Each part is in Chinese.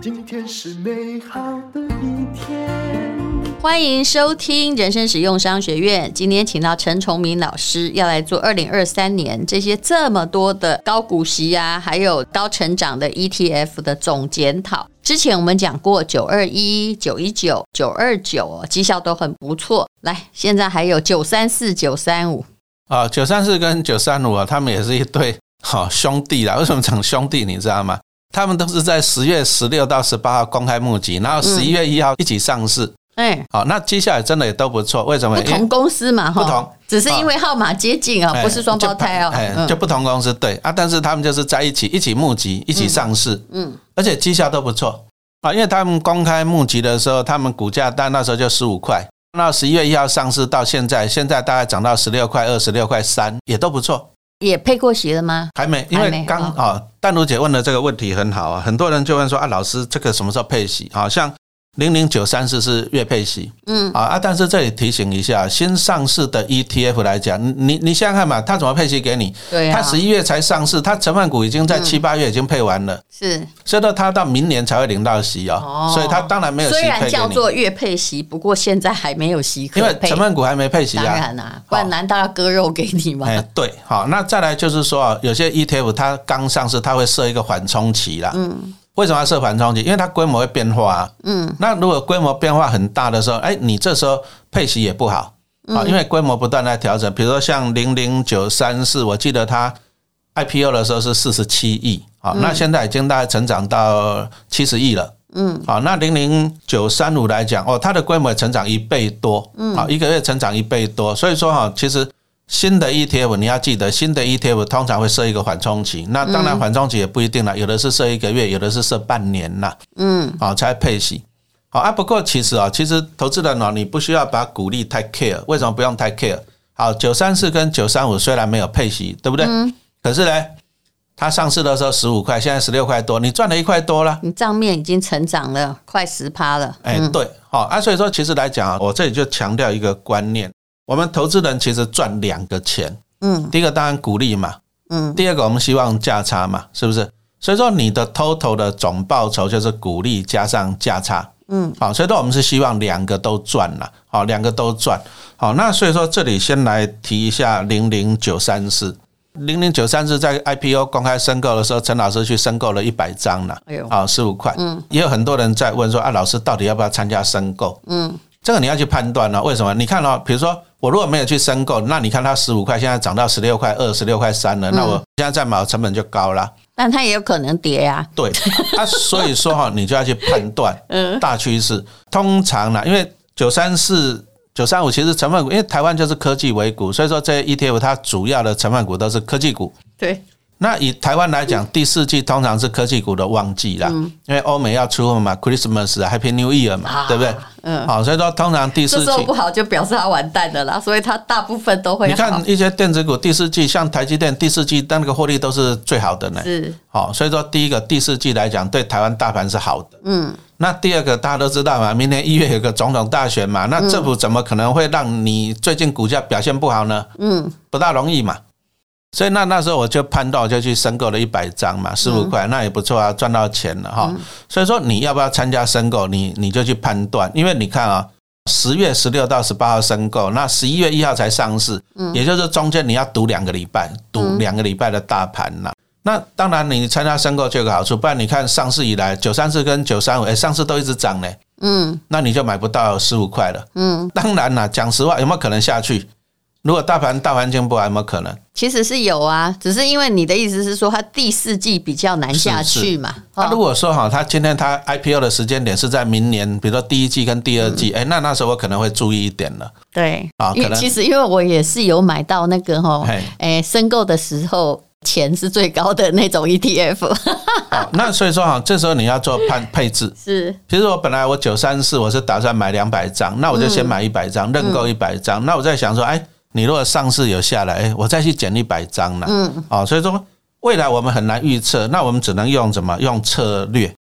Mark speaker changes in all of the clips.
Speaker 1: 今天是美好的一天。
Speaker 2: 欢迎收听人生使用商学院。今天请到陈崇明老师，要来做二零二三年这些这么多的高股息啊，还有高成长的 ETF 的总检讨。之前我们讲过九二一、九一九、九二九，绩效都很不错。来，现在还有九三四、九三五，
Speaker 3: 啊，九三四跟九三五啊，他们也是一对好、兄弟啦。为什么讲兄弟？你知道吗？他们都是在十月十六到十八号公开募集，然后十一月一号一起上市。
Speaker 2: 哎，
Speaker 3: 好、那接下来真的也都不错。为什么？
Speaker 2: 不
Speaker 3: 因为
Speaker 2: 同公司嘛，哈，
Speaker 3: 哎不同
Speaker 2: 只是因为号码接近啊，
Speaker 3: 哎
Speaker 2: 不是双胞胎哦
Speaker 3: 就不哎，就
Speaker 2: 嗯
Speaker 3: 不同公司对啊，但是他们就是在一起一起募集，一起上市，
Speaker 2: 嗯，
Speaker 3: 而且绩效都不错啊。因为他们公开募集的时候，他们股价但那时候就十五块，那十一月一号上市到现在，现在大概涨到十六块二、十六块三，也都不错。
Speaker 2: 也配过席了吗？
Speaker 3: 还没，因
Speaker 2: 还没
Speaker 3: 为刚
Speaker 2: 哦
Speaker 3: 啊、哦，淡如姐问的这个问题很好啊，很多人就问说啊，老师这个什么时候配息？好、像零零九三四是月配息
Speaker 2: 嗯，
Speaker 3: 啊啊，但是这里提醒一下，新上市的 ETF 来讲，你你你想想看嘛，它怎么配息给你？
Speaker 2: 对啊，嗯
Speaker 3: 它十一月才上市，它成分股已经在七八月已经配完了，
Speaker 2: 是
Speaker 3: 所以呢，它到明年才会领到息哦，
Speaker 2: 哦
Speaker 3: 所以它当然没有息
Speaker 2: 虽然
Speaker 3: 配给
Speaker 2: 叫
Speaker 3: 你，
Speaker 2: 做月配席，不过现在还没有席可
Speaker 3: 因为
Speaker 2: 配
Speaker 3: 成。分股还没配息
Speaker 2: 当
Speaker 3: 啊。
Speaker 2: 然啦、不然难道要割肉给你吗？
Speaker 3: 哎，对，好，那再来就是说啊，有些 ETF 它刚上市，它会设一个缓冲期啦。嗯，为什么要设缓冲期？因为它规模会变化啊。嗯，那如果规模变化很大的时候，哎，你这时候配息也不好啊，因为规模不断在调整。比如说像零零九三四，我记得它 IPO 的时候是四十七亿，好，那现在已经大概成长到七十亿了。嗯，好，那零零九三五来讲，哦，它的规模成长一倍多，嗯，好，一个月成长一倍多，所以说哈，其实新的 ETF 你要记得，新的 ETF 通常会设一个缓冲期，那当然缓冲期也不一定了，有的是设一个月，有的是设半年啦，嗯，好、才配息。好啊，不过其实啊、其实投资人哦，你不需要把股利太 care，为什么不用太 care？好，九三四跟九三五虽然没有配息，对不对？可是呢，它上市的时候十五块，现在十六块多，你赚了一块多了。
Speaker 2: 你账面已经成长了快十趴了，
Speaker 3: 哎、对，好、啊，所以说其实来讲啊，我这里就强调一个观念，我们投资人其实赚两个钱，
Speaker 2: 嗯
Speaker 3: 第一个当然鼓励嘛，
Speaker 2: 嗯，
Speaker 3: 第二个我们希望价差嘛，是不是？所以说你的 total 的总报酬就是股利加上价差，
Speaker 2: 嗯，
Speaker 3: 好，所以说我们是希望两个都赚了，好，两个都赚，好，那所以说这里先来提一下零零九三四，零零九三四在 IPO 公开申购的时候，陈老师去申购了一百张了，
Speaker 2: 哎呦
Speaker 3: 好，十五块，嗯，也有很多人在问说啊，老师到底要不要参加申购？
Speaker 2: 嗯，
Speaker 3: 这个你要去判断了、为什么？你看哦，比如说我如果没有去申购，那你看它十五块，现在涨到十六块二、十六块三了，那
Speaker 2: 嗯
Speaker 3: 我现在再买成本就高 了。
Speaker 2: 但它也有可能跌呀、
Speaker 3: 对，啊，所以说哈、你就要去判断
Speaker 2: 嗯
Speaker 3: 大趋势。通常呢，因为九三四、九三五其实成分股，因为台湾就是科技为股，所以说这些 ETF 它主要的成分股都是科技股。
Speaker 2: 对，
Speaker 3: 那以台湾来
Speaker 2: 嗯
Speaker 3: 讲，第四季通常是科技股的旺季啦，因为欧美要出货嘛，Christmas 啊、Happy New Year 嘛，
Speaker 2: 啊
Speaker 3: 对不对？
Speaker 2: 嗯
Speaker 3: 好，所以说通常第
Speaker 2: 这
Speaker 3: 四
Speaker 2: 时候
Speaker 3: 季
Speaker 2: 不，好就表示它完蛋了啦，所以它大部分都会
Speaker 3: 你
Speaker 2: 好
Speaker 3: 看，一些电子股第四季，像台积电第四季那个获利都是最好的呢。
Speaker 2: 是
Speaker 3: 好、所以说第一个第四季来讲，对台湾大盘是好的。嗯，那第二个大家都知道嘛，明年一月有个总统大选嘛，那政府怎么可能会让你最近股价表现不好呢？
Speaker 2: 嗯
Speaker 3: 不大容易嘛。所以那那时候我就判断，我就去申购了一百张嘛，十五块，
Speaker 2: 嗯
Speaker 3: 那也不错啊，赚到钱了哈。所以说你要不要参加申购，你你就去判断，因为你看啊、十月十六到十八号申购，那十一月一号才上市，
Speaker 2: 嗯
Speaker 3: 也就是中间你要赌两个礼拜，赌两个礼拜的大盘啦。那当然，你参加申购就有个好处，不然你看上市以来九三四跟九三五，哎，上市都一直涨呢，
Speaker 2: 嗯
Speaker 3: 那你就买不到十五块了。
Speaker 2: 嗯，
Speaker 3: 当然啦，讲实话，有没有可能下去？如果大盘大环境不好，有没有可能？
Speaker 2: 其实是有啊，只是因为你的意思是说它第四季比较难下去嘛，
Speaker 3: 那、
Speaker 2: 哦
Speaker 3: 如果说哈，它今天它 IPO 的时间点是在明年，比如说第一季跟第二季，哎、那那时候我可能会注意一点了。
Speaker 2: 对
Speaker 3: 啊
Speaker 2: 因为
Speaker 3: 可能
Speaker 2: 其实因为我也是有买到那个哈，
Speaker 3: 嘿
Speaker 2: 哎，申购的时候钱是最高的那 种 E ETF，
Speaker 3: 好，哦那所以说哈，这时候你要做判配置。
Speaker 2: 是
Speaker 3: 其实我本来我九三四我是打算买两百张，那我就先买一百张，认购一百张。那我在想说，哎，你如果上市有下来，哎，我再去减一百张呢。
Speaker 2: 嗯
Speaker 3: 哦，所以说未来我们很难预测，那我们只能用什么？用策略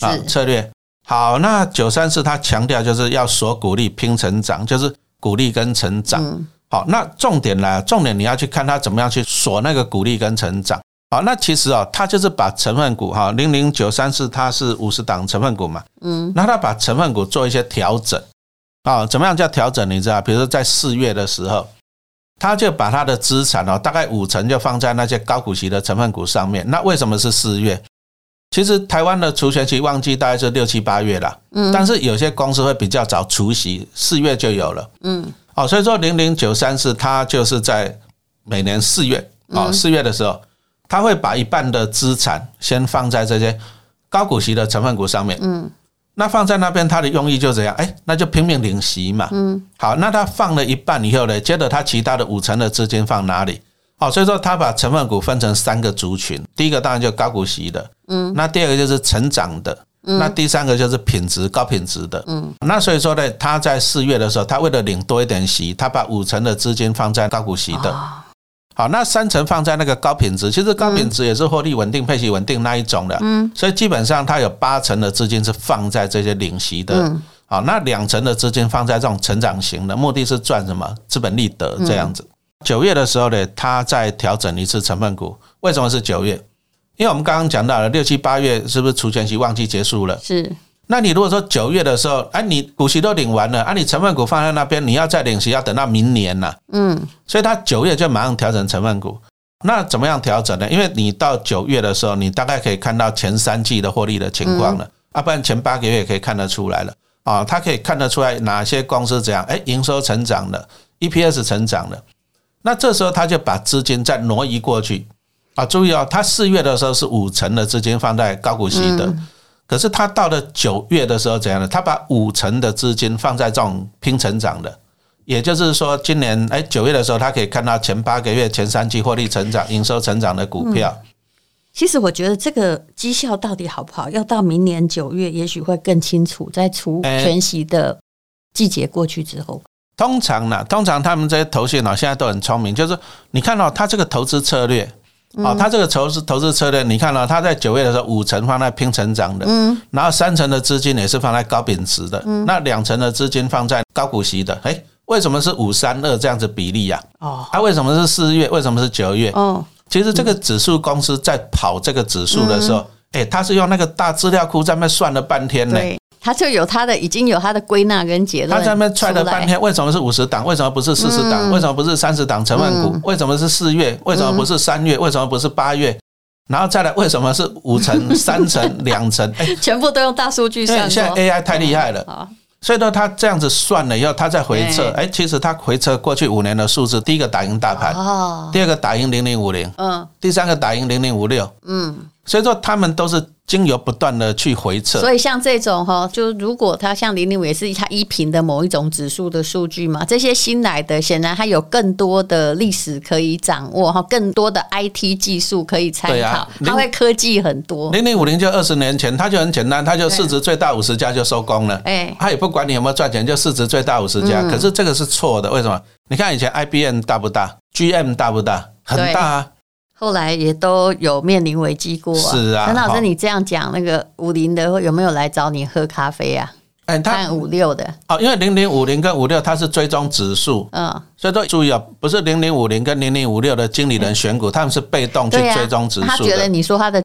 Speaker 3: 啊，
Speaker 2: 是
Speaker 3: 策略。好，那九三四它强调就是要锁股利拼成长，就是股利跟成长。
Speaker 2: 嗯
Speaker 3: 好，那重点来，啊重点你要去看它怎么样去锁那个股利跟成长。好，那其实哦，它就是把成分股哈，零零九三四它是五十档成分股嘛，
Speaker 2: 嗯
Speaker 3: 那它把成分股做一些调整啊、怎么样叫调整？你知道，比如说在四月的时候，它就把它的资产哦，大概五成就放在那些高股息的成分股上面。那为什么是四月？其实台湾的除权期旺季大概是六七八月啦，
Speaker 2: 嗯
Speaker 3: 但是有些公司会比较早除息，四月就有了。
Speaker 2: 嗯
Speaker 3: 哦，所以说零零九三四它就是在每年四月哦，
Speaker 2: 嗯
Speaker 3: 四月的时候，它会把一半的资产先放在这些高股息的成分股上面。
Speaker 2: 嗯
Speaker 3: 那放在那边，它的用意就怎样？哎，那就拼命领息嘛。
Speaker 2: 嗯，
Speaker 3: 好，那它放了一半以后呢，接着它其他的五成的资金放哪里？哦，所以说它把成分股分成三个族群，第一个当然就高股息的，
Speaker 2: 嗯，
Speaker 3: 那第二个就是成长的，嗯，那第三个就是品质高品质的，嗯，那所以说呢，它在四月的时候，它为了领多一点息，它把五成的资金放在高股息的，
Speaker 2: 哦
Speaker 3: 好，那三成放在那个高品质，其实高品质也是获利稳定、配息稳定那一种的，
Speaker 2: 嗯，
Speaker 3: 所以基本上它有八成的资金是放在这些领息的，
Speaker 2: 嗯
Speaker 3: 好，那两成的资金放在这种成长型的，目的是赚什么资本利得这样子。九、月的时候呢，它再调整一次成分股，为什么是九月？因为我们刚刚讲到了六七八月是不是除权期旺季结束了？
Speaker 2: 是
Speaker 3: 那你如果说九月的时候，哎、你股息都领完了，啊，你成分股放在那边，你要再领息要等到明年呐、
Speaker 2: 嗯
Speaker 3: 所以它九月就马上调整成分股。那怎么样调整呢？因为你到九月的时候，你大概可以看到前三季的获利的情况了，啊，不然前八个月也可以看得出来了。啊、它可以看得出来哪些公司怎样，哎，营收成长了，EPS 成长了。那这时候他就把资金再挪移过去，啊，注意哦，他四月的时候是五成的资金放在高股息的，可是他到了九月的时候怎样呢？他把五成的资金放在这种拼成长的，也就是说，今年哎九月的时候，他可以看到前八个月、前三季获利成长、营收成长的股票。
Speaker 2: 其实我觉得这个绩效到底好不好，要到明年九月，也许会更清楚。在除
Speaker 3: 哎
Speaker 2: 全息的季节过去之后，
Speaker 3: 通常呢，通常他们这些投信哦呢、现在都很聪明，就是你看到、哦他这个投资策略，
Speaker 2: 嗯
Speaker 3: 哦，他这个投资投资策略，你看到、他在九月的时候，五成放在拼成长的，
Speaker 2: 嗯
Speaker 3: 然后三成的资金也是放在高品质的，那两成的资金放在高股息的，哎，为什么是五三二这样子比例呀、
Speaker 2: 哦
Speaker 3: 啊？为什么是四月？为什么是九月？
Speaker 2: 哦
Speaker 3: 其实这个指数公司在跑这个指数的时候，哎、它是用那个大资料库在那边算了半天呢、
Speaker 2: 嗯对，他就有他的已经有他的归纳跟结论出
Speaker 3: 他
Speaker 2: 来，嗯
Speaker 3: 在那边踹了半天，为什么是五十档？为什么不是四十档？为什么不是三十档成分股？为什么是四月？为什么不是三月？为什么不是八月？然后再来，为什么是五 成、三成、两成？哎，
Speaker 2: 全部都用大数据哦
Speaker 3: 因为
Speaker 2: 算
Speaker 3: 现在
Speaker 2: 过。
Speaker 3: AI 太厉害了，
Speaker 2: 好啊，
Speaker 3: 所以呢，他这样子算了以后，他再回测，
Speaker 2: 对
Speaker 3: 哎，其实他回测过去五年的数字，第一个打赢大盘，
Speaker 2: 哦，
Speaker 3: 第二个打赢零零五零，
Speaker 2: 嗯
Speaker 3: 第三个打赢零零五六，
Speaker 2: 嗯，
Speaker 3: 所以说他们都是经由不断的去回测。
Speaker 2: 所以像这种哈，就如果它像零零五也是它一平的某一种指数的数据嘛，这些新来的显然它有更多的历史可以掌握哈，更多的 IT 技术可以参
Speaker 3: 对
Speaker 2: 考，
Speaker 3: 啊
Speaker 2: 它会科技很多。
Speaker 3: 零零五零就二十年前，它就很简单，它就市值最大五十家就收工了。
Speaker 2: 哎
Speaker 3: 它也不管你有没有赚钱，就市值最大五十
Speaker 2: 嗯
Speaker 3: 家。可是这个是错的，为什么？你看以前 IBM 大不大？GM 大不大？很大啊。
Speaker 2: 后来也都有面临危机过、啊。
Speaker 3: 是啊
Speaker 2: 陈老
Speaker 3: 好
Speaker 2: 师，你这样讲，那个五零的会有没有来找你喝咖啡啊？
Speaker 3: 哎，它
Speaker 2: 看五六的，
Speaker 3: 哦，因为零零五零跟五六它是追踪指数，
Speaker 2: 嗯，
Speaker 3: 所以说注意哦，不是零零五零跟零零五六的经理人选股，他们是被动去
Speaker 2: 嗯对啊
Speaker 3: 追踪指
Speaker 2: 他
Speaker 3: 数
Speaker 2: 觉得
Speaker 3: 的。
Speaker 2: 你说他的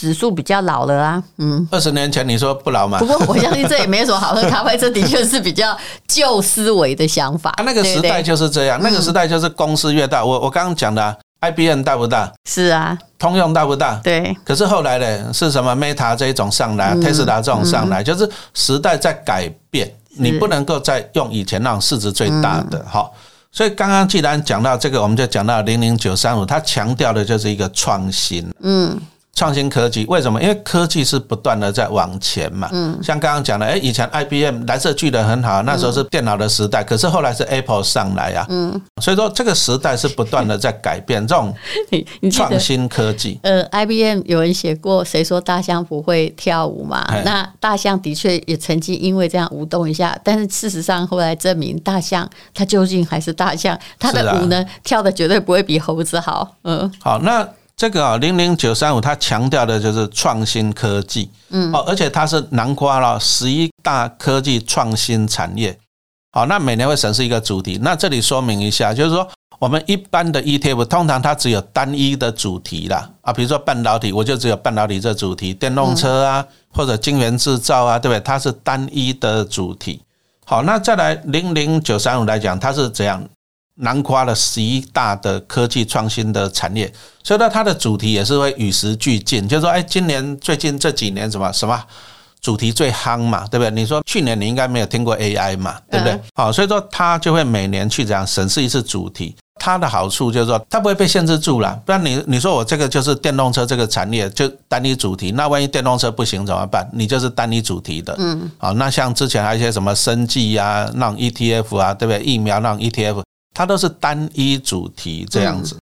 Speaker 2: 指数比较老了啊，嗯。
Speaker 3: 二十年前你说不老嘛
Speaker 2: 不？过我相信这也没什么好喝咖啡，这的确是比较旧思维的想法。
Speaker 3: 啊，那个
Speaker 2: 对
Speaker 3: 时
Speaker 2: 不
Speaker 3: 代
Speaker 2: 对
Speaker 3: 就是这样，那个时代就是公司越大，我我刚刚讲的啊、IBM 大不大？
Speaker 2: 是啊，
Speaker 3: 通用大不大？
Speaker 2: 对，
Speaker 3: 可是后来呢，是什么 Meta 这一种上来、t
Speaker 2: 嗯
Speaker 3: e s l a 这种上来，就是时代在改变，你不能够再用以前那种市值最大
Speaker 2: 嗯
Speaker 3: 的哈、所以刚刚既然讲到这个，我们就讲到零零九三五，它强调的就是一个创新，
Speaker 2: 嗯
Speaker 3: 创新科技。为什么？因为科技是不断的在往前嘛。
Speaker 2: 嗯
Speaker 3: 像刚刚讲的，哎，以前 IBM 蓝色巨人很好，那时候是电脑的时代，可是后来是 Apple 上来啊，
Speaker 2: 嗯，
Speaker 3: 所以说这个时代是不断的在改变这种
Speaker 2: 你你记
Speaker 3: 创
Speaker 2: 得
Speaker 3: 新科技。
Speaker 2: 呃，IBM 有人写过《谁说大象不会跳舞》嘛
Speaker 3: 哎？
Speaker 2: 那大象的确也曾经因为这样舞动一下，但是事实上后来证明，大象它究竟还是大象，它
Speaker 3: 是
Speaker 2: 的
Speaker 3: 啊
Speaker 2: 舞呢、跳的绝对不会比猴子好。嗯
Speaker 3: 好，那这个啊零零九三五，它强调的就是创新科技，嗯，哦，而且它是囊括了十一大科技创新产业。好，那每年会审视一个主题。那这里说明一下，就是说我们一般的 ETF 通常它只有单一的主题啦，啊，比如说半导体，我就只有半导体这主题，电动车啊，或者晶圆制造啊，对不对？它是单一的主题。好，那再来零零九三五来讲，它是怎样囊括了十一大的科技创新的产业，所以呢，它的主题也是会与时俱进，就是说，哎，今年最近这几年什么什么。主题最夯嘛，对不对？你说去年你应该没有听过 AI 嘛，对不对？
Speaker 2: 嗯
Speaker 3: 好、所以说它就会每年去这样审视一次主题。它的好处就是说，它不会被限制住了。不然你你说我这个就是电动车这个产业就单一主题，那万一电动车不行怎么办？你就是单一主题的。嗯。好、那像之前还有一些什么生计呀、啊、那种 ETF 啊，对不对？疫苗那种 ETF，它都是单一主题这样子。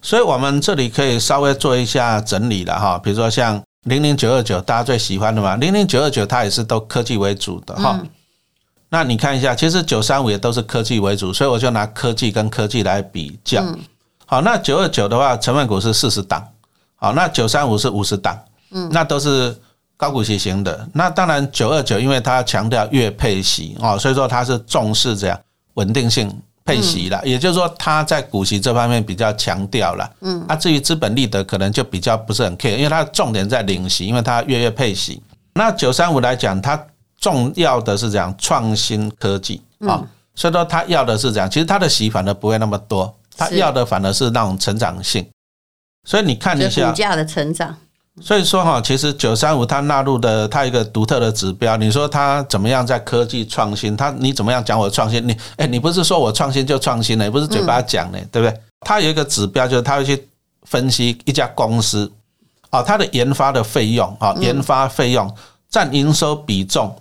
Speaker 3: 所以我们这里可以稍微做一下整理了哈，比如说像零零九二九，大家最喜欢的嘛，零零九二九它也是都科技为主的哈。那你看一下，其实九三五也都是科技为主，所以我就拿科技跟科技来比较。好，那九二九的话，成分股是四十档，好，那九三五是五十档，嗯，那都是高股息型的。那当然九二九，因为它强调月配息哦，所以说它是重视这样稳定性配息啦，也就是说它在股息这方面比较强调啦。嗯，那、至于资本利得可能就比较不是很 care，因为它重点在领息，因为它月月配息。那九三五来讲，它重要的是讲创新科技啊、所以说它要的是这样，其实它的息反而不会那么多，它
Speaker 2: 是
Speaker 3: 要的反而是那种成长性。所以你看一
Speaker 2: 这
Speaker 3: 下
Speaker 2: 股，价的成长，
Speaker 3: 所以说哈，其实九三五它纳入的它一个独特的指标，你说它怎么样在科技创新？它你怎么样讲我创新？你哎，你不是说我创新就创新了，你不是嘴巴讲呢，对不对？它有一个指标，就是它会去分析一家公司啊、哦它的研发的费用啊、哦
Speaker 2: 嗯
Speaker 3: 研发费用占营收比重，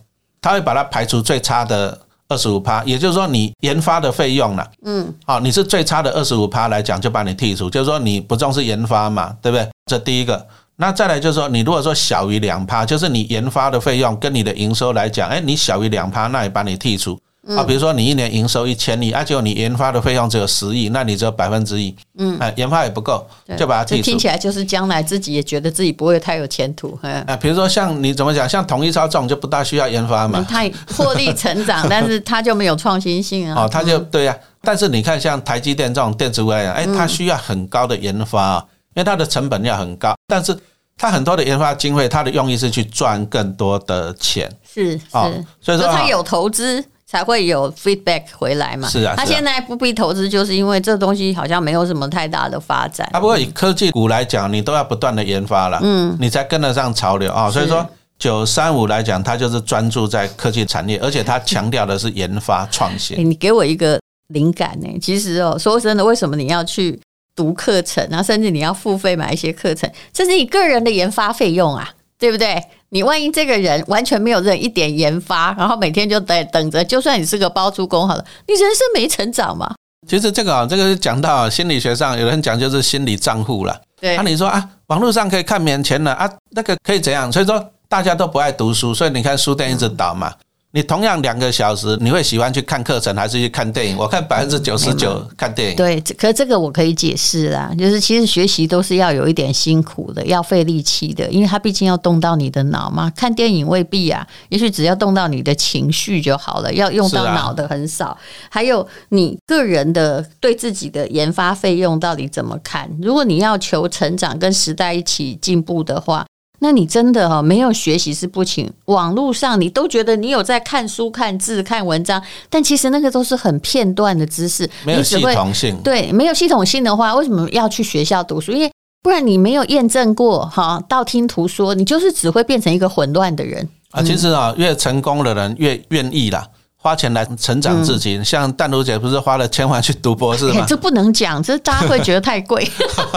Speaker 3: 它会把它排除最差的二十五趴，也就是说你研发的费用了。
Speaker 2: 嗯，
Speaker 3: 好、你是最差的二十五趴来讲，就把你剔除，就是说你不重视研发嘛，对不对？这第一个。那再来就是说，你如果说小于两趴，就是你研发的费用跟你的营收来讲，哎，你小于两趴，那也把你剔除。
Speaker 2: 嗯
Speaker 3: 啊，比如说你一年营收一千亿，啊，结果你研发的费用只有十亿，那你只有百分之一，嗯，哎，研发也不够，
Speaker 2: 对
Speaker 3: 就把它
Speaker 2: 这
Speaker 3: 剔除
Speaker 2: 听。起来就是将来自己也觉得自己不会太有前途，嗯。
Speaker 3: 啊，比如说像你怎么讲，像统一超这种就不大需要研发嘛，
Speaker 2: 它嗯也获利成 长，但是它就没有创新性啊。
Speaker 3: 哦，它就对呀、但是你看，像台积电这种电子股来讲，哎，它需要很高的研发、
Speaker 2: 嗯
Speaker 3: 啊，因为它的成本要很高，但是它很多的研发经费，它的用意是去赚更多的钱。
Speaker 2: 是是，
Speaker 3: 哦所以说
Speaker 2: 他
Speaker 3: 啊
Speaker 2: 有投资才会有 feedback 回来嘛。
Speaker 3: 是啊
Speaker 2: 他
Speaker 3: 是啊
Speaker 2: 现在不必投资，就是因为这东西好像没有什么太大的发展。
Speaker 3: 啊，不过以科技股来讲，你都要不断的研发了，嗯，你才跟得上潮流啊、所以说。九三五来讲，它就是专注在科技产业，而且它强调的是研发创新
Speaker 2: 哎诶。你给我一个灵感呢、其实哦，说真的，为什么你要去读课程，然后甚至你要付费买一些课程，这是你个人的研发费用啊，对不对？你万一这个人完全没有任一点研发，然后每天就等等着，就算你是个包租公好了，你人生没成长嘛？
Speaker 3: 其实这个啊，这个是讲到啊心理学上，有人讲就是心理账户了。
Speaker 2: 对，
Speaker 3: 啊，你说啊，网络上可以看免钱了啊，那个可以怎样？所以说大家都不爱读书，所以你看书店一直倒嘛。你同样两个小时，你会喜欢去看课程还是去看电影？我看百分之九十九看电
Speaker 2: 嗯
Speaker 3: 影。
Speaker 2: 对，这可这个我可以解释啦，就是其实学习都是要有一点辛苦的，要费力气的，因为它毕竟要动到你的脑嘛。看电影未必啊，也许只要动到你的情绪就好了，要用到
Speaker 3: 是啊
Speaker 2: 脑的很少。还有你个人的对自己的研发费用到底怎么看？如果你要求成长跟时代一起进步的话，那你真的哦，没有学习是不行。网络上你都觉得你有在看书、看字、看文章，但其实那个都是很片段的知识，
Speaker 3: 没有
Speaker 2: 你只
Speaker 3: 系
Speaker 2: 会
Speaker 3: 统性，
Speaker 2: 对，没有系统性的话，为什么要去学校读书？因为不然你没有验证过哈，道听途说，你就是只会变成一个混乱的人。
Speaker 3: 啊，其实啊，越成功的人越愿意啦，花钱来成长自
Speaker 2: 嗯
Speaker 3: 己。像淡如姐不是花了千万去读博士
Speaker 2: 哎
Speaker 3: 吗？
Speaker 2: 这不能讲，这大家会觉得太贵，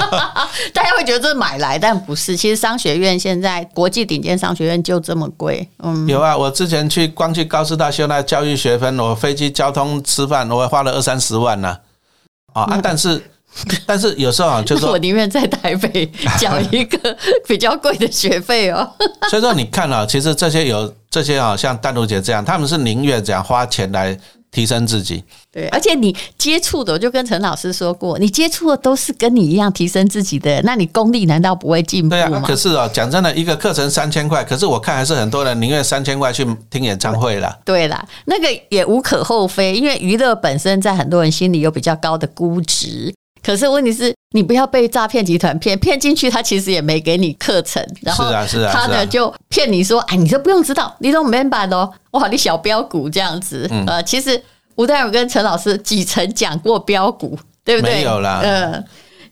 Speaker 2: 大家会觉得这买来，但不是。其实商学院现在国际顶尖商学院就这么贵，嗯，
Speaker 3: 有啊，我之前去光去高师大修那教育学分，我飞机、交通、吃饭，我花了二三十万呢、啊。啊，但是 但是有 时候啊，就是
Speaker 2: 那
Speaker 3: 说
Speaker 2: 嗯我宁愿在台北缴一个比较贵的学费哦。
Speaker 3: 所以说你看啊，其实这些有这些啊，像丹如姐这样，他们是宁愿这样花钱来提升自己。
Speaker 2: 对，而且你接触的，我就跟陈老师说过，你接触的都是跟你一样提升自己的人，那你功力难道不会进步
Speaker 3: 对啊，
Speaker 2: 吗？
Speaker 3: 可是哦，讲真的，一个课程三千块，可是我看还是很多人宁愿三千块去听演唱会啦。
Speaker 2: 对啦，那个也无可厚非，因为娱乐本身在很多人心里有比较高的估值。可是问题是，你不要被诈骗集团骗，骗进去他其实也没给你课程，然后
Speaker 3: 是啊是啊
Speaker 2: 他
Speaker 3: 是啊
Speaker 2: 呢就骗你说，哎，你都不用知道，你都没办哦，哇，你小标股这样子，
Speaker 3: 嗯
Speaker 2: 呃，其实吴淡如跟陈老师几曾讲过标股，对不对？
Speaker 3: 没有啦
Speaker 2: 嗯、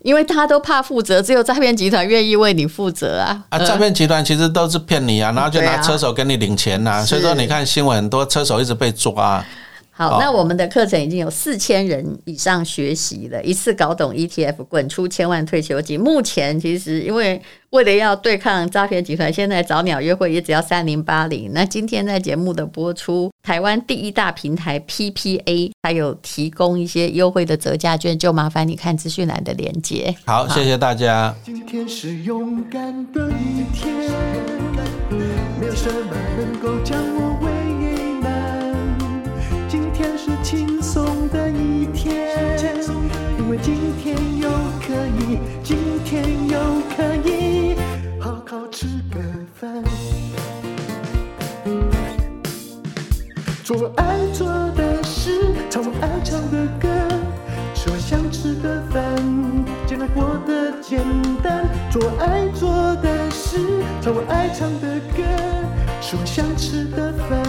Speaker 2: 因为他都怕负责，只有诈骗集团愿意为你负责啊。
Speaker 3: 啊，诈骗集团其实都是骗你啊，然后就
Speaker 2: 对啊
Speaker 3: 拿车手给你领钱呐、
Speaker 2: 是
Speaker 3: 所以说，你看新闻很多车手一直被抓、啊，
Speaker 2: 好，
Speaker 3: 好
Speaker 2: 那我们的课程已经有四千人以上学习了，一次搞懂 ETF，滚出千万退休金。目前其实因为为了要对抗诈骗集团，现在早鸟约会也只要三零八零。那今天在节目的播出，台湾第一大平台 PPA 还有提供一些优惠的折价券，就麻烦你看资讯栏的链接。
Speaker 3: 好，谢谢大家。
Speaker 1: 今天是勇敢的一天，没有什么能够将我为难。今天是轻松的一天，因为今天又可以，今天又可以好好吃个饭，做我爱做的事，唱我爱唱的歌，吃我想吃的饭，尽量过得简单。做我爱做的事，唱我爱唱的歌，吃我想吃的饭。